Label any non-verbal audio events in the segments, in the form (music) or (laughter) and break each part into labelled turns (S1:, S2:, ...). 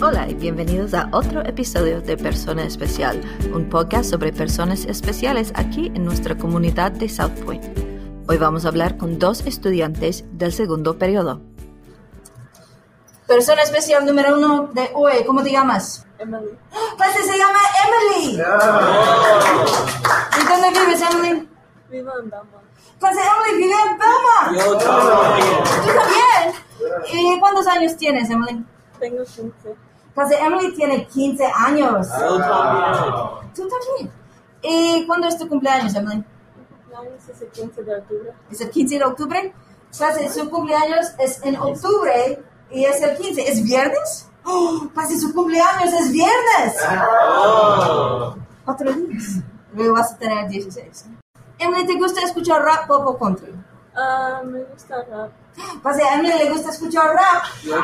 S1: Hola y bienvenidos a otro episodio de Persona Especial, un podcast sobre personas especiales aquí en nuestra comunidad de South Point. Hoy vamos a hablar con dos estudiantes del segundo periodo. Persona especial número uno de UE, ¿cómo te llamas?
S2: Emily,
S1: ¡Ah! Clase se llama Emily.
S3: ¡Ah!
S1: ¿Y dónde vives, Emily?
S2: vivo en Bamba.
S1: Clase Emily vive en Belma.
S3: Yo también.
S1: ¿Tú también? ¿Y cuántos años tienes, Emily?
S2: Tengo 15.
S1: Clase Emily tiene 15 años.
S3: Yo también.
S1: Tú también. ¿Y cuándo es tu cumpleaños, Emily?
S2: Mi cumpleaños es el 15 de octubre.
S1: Es el 15 de octubre. Pase, su cumpleaños es en octubre y es el 15. ¿Es viernes? ¡Oh! Pase, su cumpleaños es viernes. Cuatro días. Luego vas a tener 16. Emily, ¿te gusta escuchar rap, pop o country?
S2: Ah, me gusta rap.
S1: Pase, a Emily le gusta escuchar rap.
S3: Yo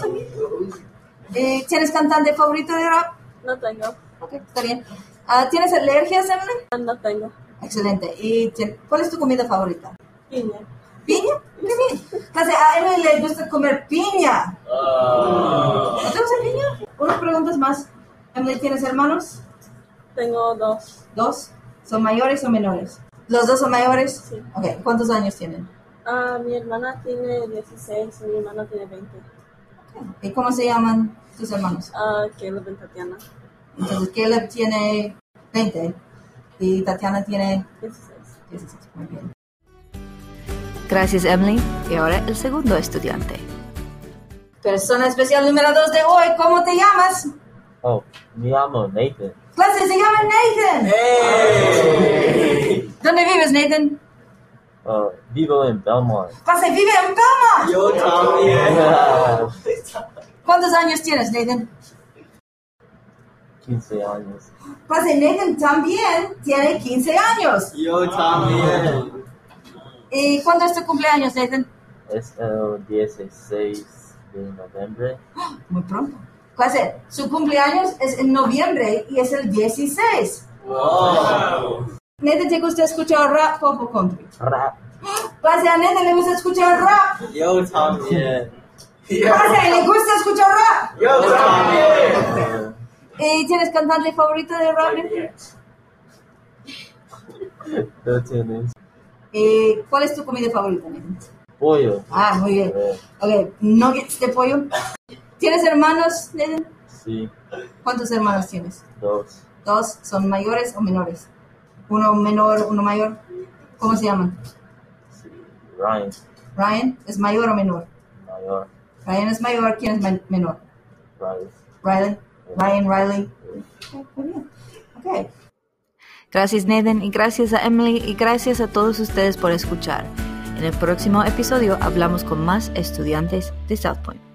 S3: también.
S1: ¿Y Eh, ¿Tienes cantante favorito de rap?
S2: No tengo.
S1: Ok, está bien. Ah, ¿Tienes alergias, Emily?
S2: Ah, No tengo.
S1: Excelente. ¿Y tien- cuál es tu comida favorita?
S2: Piña.
S1: ¿Piña? ¿Qué bien? Casi a Emily le gusta comer piña. ¿No te gusta piña? Unas preguntas más. Emily, ¿tienes hermanos?
S2: Tengo dos.
S1: ¿Dos? ¿Son mayores o menores? ¿Los dos son mayores?
S2: Sí.
S1: Ok, ¿cuántos años tienen?
S2: Ah, mi hermana tiene 16 y mi hermana tiene 20.
S1: ¿Y cómo se llaman tus hermanos?
S2: Ah, Caleb y Tatiana.
S1: Entonces, Caleb tiene 20 y Tatiana tiene
S2: 16.
S1: 16. Muy bien. Gracias, Emily. Y ahora el segundo estudiante. Persona especial número 2 de hoy, ¿cómo te llamas?
S4: Oh, me llamo Nathan.
S1: Clase se llama Nathan. ¿Dónde vives, Nathan?
S4: Uh, vivo en Belmont.
S1: Clase vive en Belmont.
S3: Yo también.
S4: (laughs) Ah,
S1: ¿Cuántos años tienes, Nathan?
S4: 15 años.
S1: Clase Nathan Pues, eh, también tiene 15 años.
S3: Yo también.
S1: ¿Y cuándo es tu cumpleaños, Nathan?
S4: Es el 16 de noviembre.
S1: Muy pronto. Clase, su cumpleaños es en noviembre y es el 16.
S3: Wow.
S1: Nathan, ¿te gusta escuchar rap, pop o country?
S4: Rap.
S1: Clase, a Nathan le gusta escuchar rap.
S3: Yo también.
S1: Clase, le gusta escuchar rap.
S3: Yo también.
S4: Uh,
S1: ¿Y tienes cantante favorito de rap, Nathan?
S4: tú tienes
S1: ¿Y cuál es tu comida favorita, Nathan?
S4: pollo.
S1: Ah, muy bien. Ok, nuggets de pollo. ¿Tienes hermanos, Nathan?
S4: Sí,
S1: ¿Cuántos hermanos tienes?
S4: dos.
S1: ¿Dos son mayores o menores? Uno menor, uno mayor. ¿Cómo se llaman?
S4: Sí. Ryan,
S1: ¿Ryan es mayor o menor?
S4: mayor.
S1: Ryan es mayor, ¿quién es men- menor? Riley.
S4: Ryan.
S1: Ryan, Riley. Ok, muy bien. Ok. Gracias Nathan y gracias a Emily y gracias a todos ustedes por escuchar. En el próximo episodio hablamos con más estudiantes de South Point.